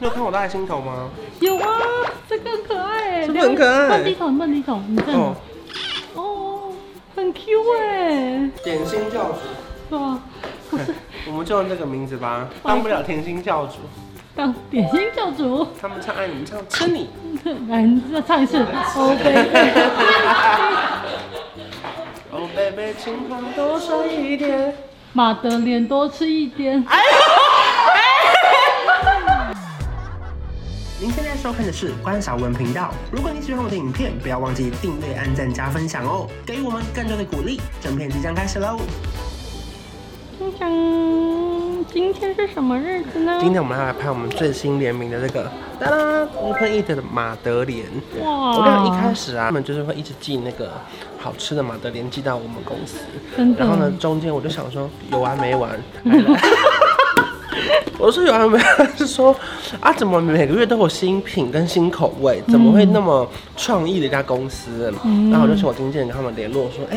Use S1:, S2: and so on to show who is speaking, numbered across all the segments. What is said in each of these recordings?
S1: 你有看我的爱心头吗？
S2: 有啊，这个很可爱哎，
S1: 这个很可爱
S2: 笨笔筒，笨笔筒，你看，
S1: 哦
S2: 哦，，很 Q 哎，
S1: 点心教主，
S2: 对吧？不是
S1: 我们就用这个名字吧。当不了甜心教主，
S2: 当点心教主，
S1: 他们唱爱你，唱吃 你。
S2: 来，你再唱 一次，O K，
S1: 哦，baby，情况多说一点。
S2: 马德莲多吃一点，
S1: 您现在收看的是关少文频道。如果你喜欢我的影片，不要忘记订阅、按赞、加分享哦，给予我们更多的鼓励。正片即将开始喽！
S2: 锵锵，今天是什么日子呢？
S1: 今天我们要来拍我们最新联名的这个，哒啦，Open Eat 的马德莲。
S2: 哇
S1: 我看一开始啊，他们就是会一直寄那个好吃的马德莲寄到我们公司，
S2: 真的
S1: 然后呢，中间我就想说有完没完，来 来我说有完没完，是说啊，怎么每个月都有新品跟新口味，怎么会那么创意的一家公司？
S2: 嗯
S1: 然后我就请我经纪人跟他们联络说，哎、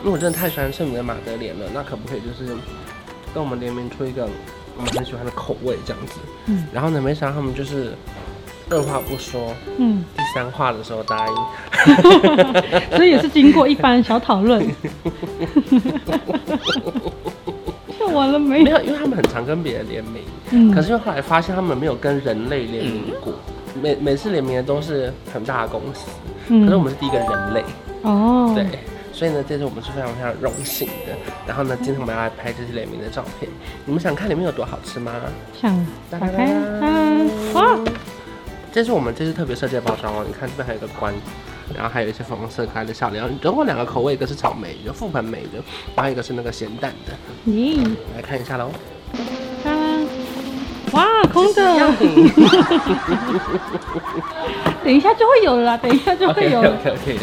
S1: 因为我真的太喜欢盛明的马德莲了，那可不可以就是跟我们联名出一个我们很喜欢的口味这样子？
S2: 嗯
S1: 然后呢，没想到他们就是二话不说，
S2: 嗯，
S1: 第三话的时候答应。
S2: 所以也是经过一番小 讨论，笑完了没
S1: 没？有，因为他们很常跟别人联名，
S2: 嗯
S1: 可是因为后来发现他们没有跟人类联名过，
S2: 嗯
S1: 每每次联名的都是很大的公司，可是我们是第一个人类，
S2: 哦，
S1: 对。所以呢，这次我们是非常非常荣幸的。然后呢，今天我们要来拍这些联名的照片，你们想看里面有多好吃吗？
S2: 想打开
S1: 当
S2: 它，哇，
S1: 这是我们这次特别设计的包装哦，你看这边还有一个关，然后还有一些粉红色可爱的笑脸，总共两个口味，一个是草莓的覆盆莓的，然后一个是那个咸蛋的，
S2: 咦，
S1: 来看一下喽。
S2: 它，哇，空的， 等一下就会有了啦，等一下就 会
S1: OK
S2: 有
S1: OK
S2: 了。
S1: OK。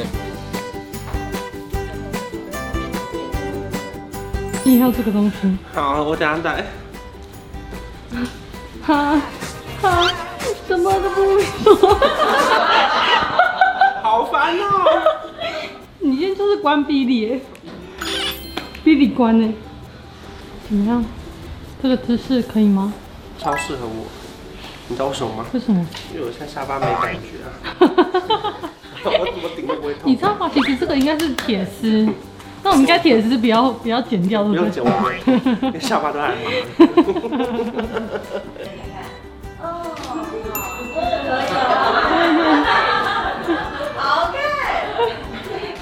S2: 你还有这个东西，
S1: 好，我等下带。
S2: 哈哈，什么都不会说，
S1: 哎好烦哦、
S2: 你今天就是关比利耶，比利关呢？怎么样？这个姿势可以吗？
S1: 超适合我，你知道为什么吗？
S2: 为什么？
S1: 因为我现在下巴没感觉啊，我怎么顶都不会
S2: 你
S1: 痛
S2: 知。道吗？其实这个应该是铁丝，那我们应该铁丝不要不要剪掉，对
S1: 不用
S2: 不
S1: 剪，
S2: 对？
S1: 我不会痛， 连下巴都还麻。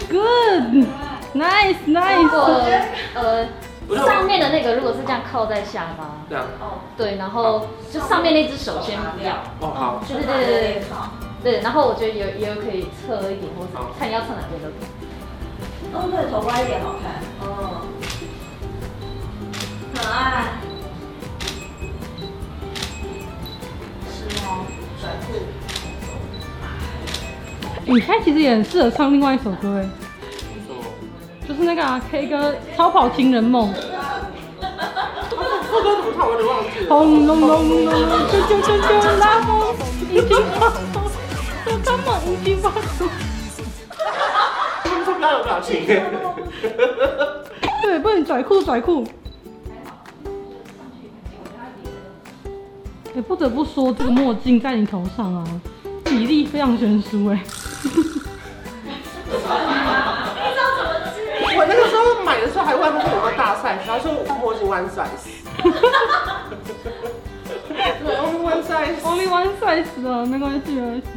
S2: Good, nice,
S3: 如果
S2: nice。
S3: 呃
S1: 不是
S3: 上面的那个如果是这样靠在下巴，
S1: 这样，
S3: 对，然后就上面那只手先不要，
S1: 哦好，
S3: 对对对对对对，然后我觉得也也有可以侧一点或者看你要侧哪边都可以。
S4: 东对头歪一点好看。哦，可爱。是哦，甩裤。
S2: 你现在其实也很适合唱另外一首歌，哎，就是那个啊 K 歌《超跑情人梦》。
S1: 这歌怎么唱我有点忘记了。
S2: 轰隆隆隆，啾啾啾啾，拉风，一起发疯，就他们一起发疯。
S1: 他们有表情。
S2: 对，不能拽裤拽裤。哎、不得不说，这个墨镜在你头上啊，比例非常悬殊哎、
S1: 我那个时候买的时候还问他说有没有大赛，他说我墨镜 one size。对，only one size。
S2: Only one size 的，没关系，没关系。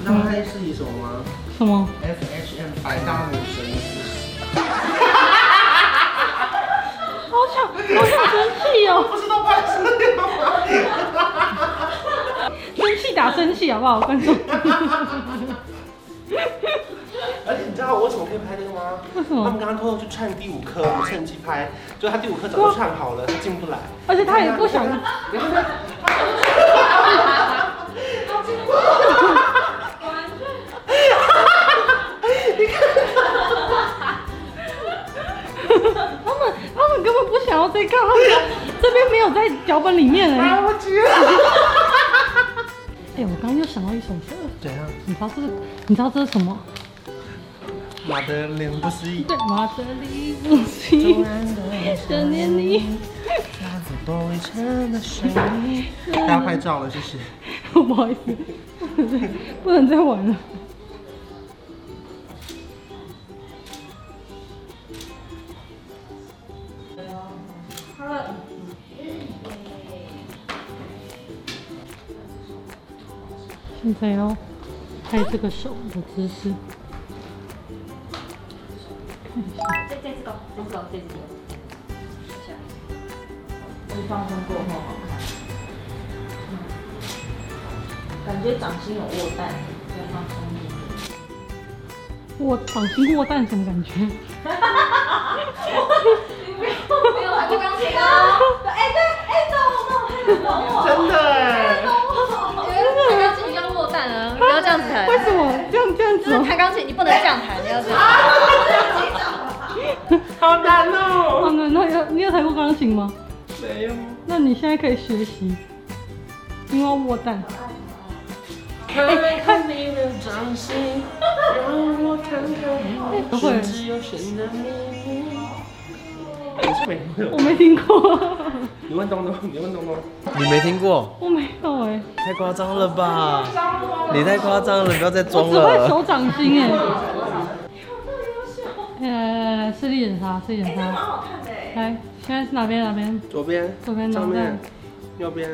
S1: 你知道他在试一首吗
S2: 什么？
S1: ？F H M 百大女神。
S2: 好想，好想生气哦、
S1: 知道发生什么。
S2: 生气打生气好不好，观众？
S1: 而且你知道我为什么可以拍这个吗？
S2: 为什
S1: 他们
S2: 么？
S1: 刚刚偷偷去串第五颗，我们趁机拍，就他第五颗早就串好了，他进不来。
S2: 而且他也 不想，
S1: 然后呢？
S2: 他们他们根本不想要这个，他们这边没有在脚本里面哎、
S1: 啊，我急了。
S2: 哎、我刚刚又想到一首歌，
S1: 怎样？
S2: 你知道这是你知道这是什么？
S1: 马德琳不思议，
S2: 对，马德里不行，想念你，
S1: 那次不为真的是你。大家拍照了，谢谢。
S2: 不好意思，不能再不能再玩了。现在要拍这个手的姿势，
S3: 这这只狗，这只狗，这只狗。
S4: 是放松过后好看。嗯感觉掌心有握蛋，再放松一点。
S2: 我绑心过蛋什么感觉？
S3: 没有弹过钢琴啊！
S4: 哎，对，哎，懂我懂，懂我，
S1: 真的哎，
S3: 弹钢琴要落蛋啊，不要这样子弹。
S2: 为什么这样这样子、
S3: 就是
S2: 哦？
S3: 弹钢琴，你不能这样弹，你要这样。
S1: 好难
S2: 好
S1: 哦。
S2: 难哦！有你有弹过钢琴吗？
S1: 没有。
S2: 那你现在可以学习，因为要握蛋。
S1: 看看你的掌心，让我看看
S2: 不会
S1: 我只有神的秘密。你是没听
S2: 我
S1: 过？
S2: 没听过，
S1: 你问东东，你问东东。
S5: 你没听过？
S2: 我没有哎、
S5: 太夸张了吧！你太夸张了，不要再
S2: 我
S5: 装
S2: 只会
S5: 了。
S2: 手掌心哎、呃，视力检查，视力检
S4: 蛮
S2: 查。
S4: 好看的哎。
S2: 来，现在是哪边？哪边？
S1: 左边，
S2: 左边
S1: 上
S2: 脑
S1: 面
S2: 袋，
S1: 右边。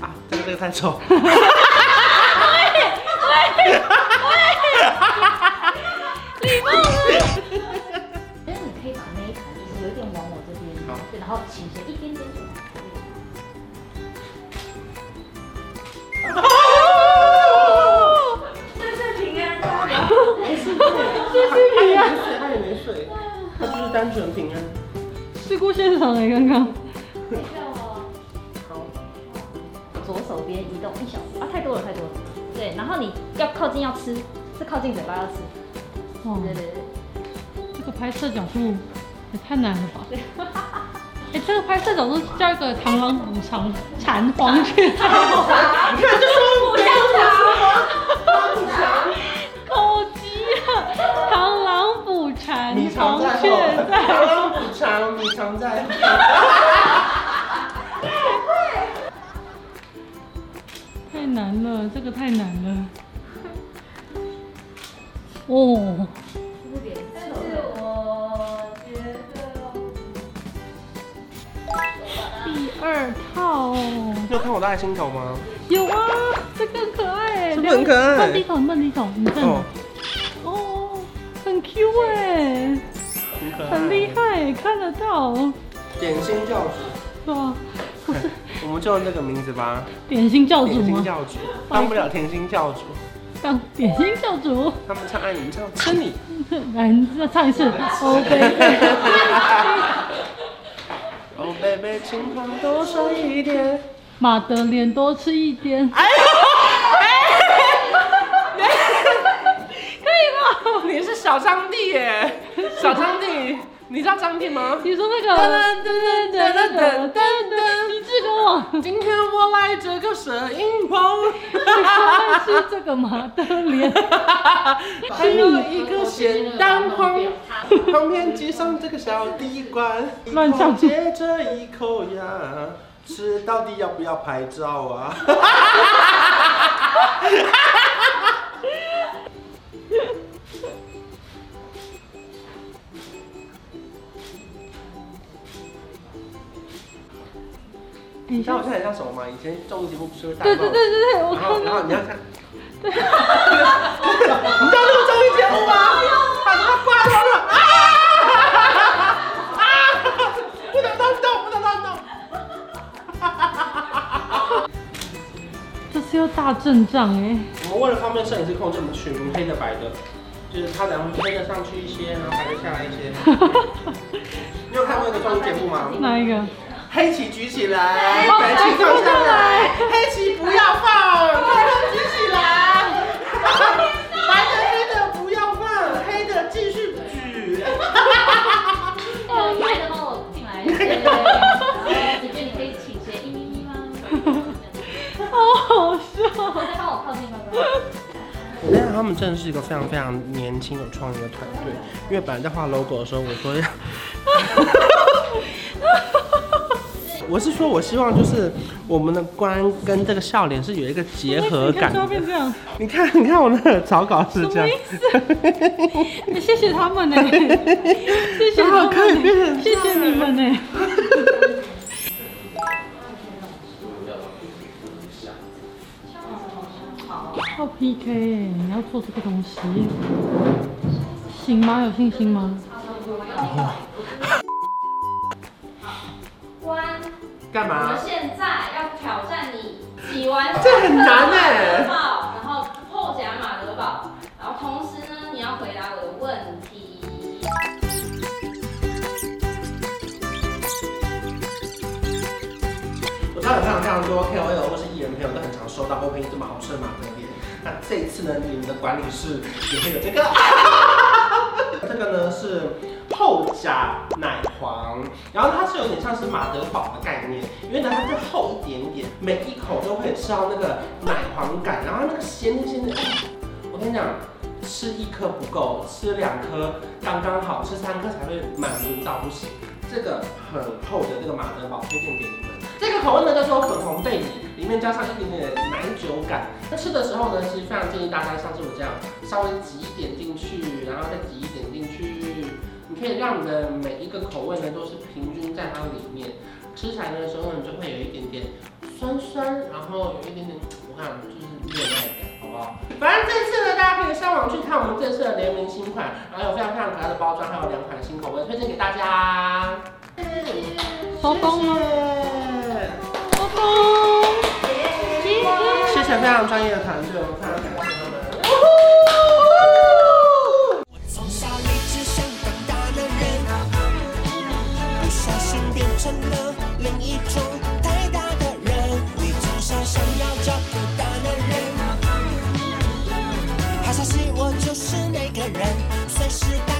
S1: 啊，这个这个太丑。
S3: 但是你可以把那一盘就是有一点往我这边
S1: 好，
S3: 对，然后倾斜一点点点。
S1: 啊
S4: 岁岁平安，大家
S1: 他也没睡，他也没睡，他就是单纯啊平安。
S2: 事故现场哎、刚刚。
S1: 好，
S3: 左手边移动一小步啊，太多了太多了。对，然后你要靠近要吃，是靠近嘴巴要吃。
S2: 哇，
S3: 对对对。
S2: 哦这个拍摄角度也太难了吧！哎、这个拍摄角度叫一个螳螂捕蝉，蝉黄雀。
S1: 你看就说
S2: 狗急了，螳螂捕蝉，
S1: 啊你常
S2: 黄
S1: 在
S2: 雀
S1: 后，螳
S2: 在。
S1: 螂捕蝉，你常在后。
S2: 太难了，这个太难了。 哦，第二套
S1: 你有看我的爱心狗吗？
S2: 有啊，这个很可爱，
S1: 这个很可爱
S2: 笨迪狗，笨迪狗，你看，
S1: 哦
S2: 哦，，哦很 Q 哎，
S1: 很可爱
S2: 很厉。害，看得到，
S1: 点心教主，
S2: 是吧？不是
S1: 我们就用这个名字吧。
S2: 点心教主
S1: 点心
S2: 吗？
S1: 教主，哦当不了甜心教主，
S2: 当哦点心教主，
S1: 他们唱爱你，唱吃你。
S2: 来，你再唱一次，OK。
S1: 哦，baby，请放多说一点。
S2: 马德莲多吃一点。哎
S1: 哎
S2: 可以吗？
S1: 你是小张帝 耶，小张帝，你知道张帝吗？
S2: 你说那个噔噔噔噔噔噔噔，你这个网，
S1: 今天我来这个摄影棚，
S2: 你是这个马德莲，
S1: 还有一个咸蛋黄，旁边挤上这个小滴管，一
S2: 乱
S1: 口
S2: 唱
S1: 接着一口呀，吃到底要不要拍照啊？
S2: 你
S1: 你知道我
S2: 像
S1: 现在很像什么吗？以前综艺节目不是会戴
S2: 对对对
S1: 帽子
S2: 对对，我
S1: 然后
S2: 看
S1: 然后
S2: 到
S1: 你要看。你知道那个综艺节目吗？他他挂头了啊！啊！不能乱动，不能乱动。
S2: 这是要大阵仗哎，
S1: 我们为了方便摄影师控制，我们取名黑的白的，就是它然后黑的上去一些，然后白的下来一些。你有看过一个综艺节目吗？
S2: 哪一个？
S1: 黑棋举起来，白棋放下来，黑棋不要放，白的举起来，白的黑的不要放，黑的继续举。
S3: 那个的帮我进来，对对对。姐姐，你可以倾斜一咪咪吗？
S2: 哦好好笑，
S3: 再帮我靠近爸爸。
S1: 那他们真的是一个非常非常年轻有创意的团队。因为本来在画 logo 的时候，我说要， 我是说我希望就是我们的官跟这个笑脸是有一个结合感
S2: 你看照片
S1: 的。
S2: 这样，
S1: 你看，你看我那个草稿是这样，
S2: 你哎谢谢他们呢、谢谢他
S1: 然后可以变
S2: 们、
S1: 成
S2: 谢谢你们呢、要 PK，你要做这个东西，行吗？有信心吗？
S3: 关，
S1: 干
S3: 我
S1: 嘛
S3: 们？现在要挑战你挤完
S1: 这很难欸
S3: 德宝，然后后夹马德堡，然后同时呢，你要回答我的问题。
S1: 我知道有非常非常多 KOL 或是艺人朋友都很常收到 OPEN 这么好吃的马德莲。那这一次呢，你们的管理室也会有这个， 这个呢是厚甲奶黄，然后它是有点像是马德堡的概念，因为呢它是厚一点点，每一口都会吃到那个奶黄感，然后那个咸甜咸的，我跟你讲。吃一颗不够，吃两颗刚刚好，吃三颗才会满足到不行。这个很厚的这个马德堡推荐给你们。这个口味呢叫做粉红贝里，里面加上一点点奶酒感。那吃的时候呢，其实非常建议大家像是我这样，稍微挤一点进去，然后再挤一点进去，你可以让你的每一个口味呢都是平均在它里面。吃起来的时候呢，你就会有一点点酸酸，然后有一点点，我看就是恋爱感，好不好？反正这次呢，大家可以上网去看我们这次的联名新款，然后有非常非常可爱的包装，还有两款新口味推荐给大家。
S2: 收工了，
S1: 谢
S2: 收工。
S1: 谢非常专业的团队，我非常感谢他们。
S6: 从小一直想当大男人，不小心变成了另一种太大的人。你从小想要找个大男人，好消息我就是那个人，随时带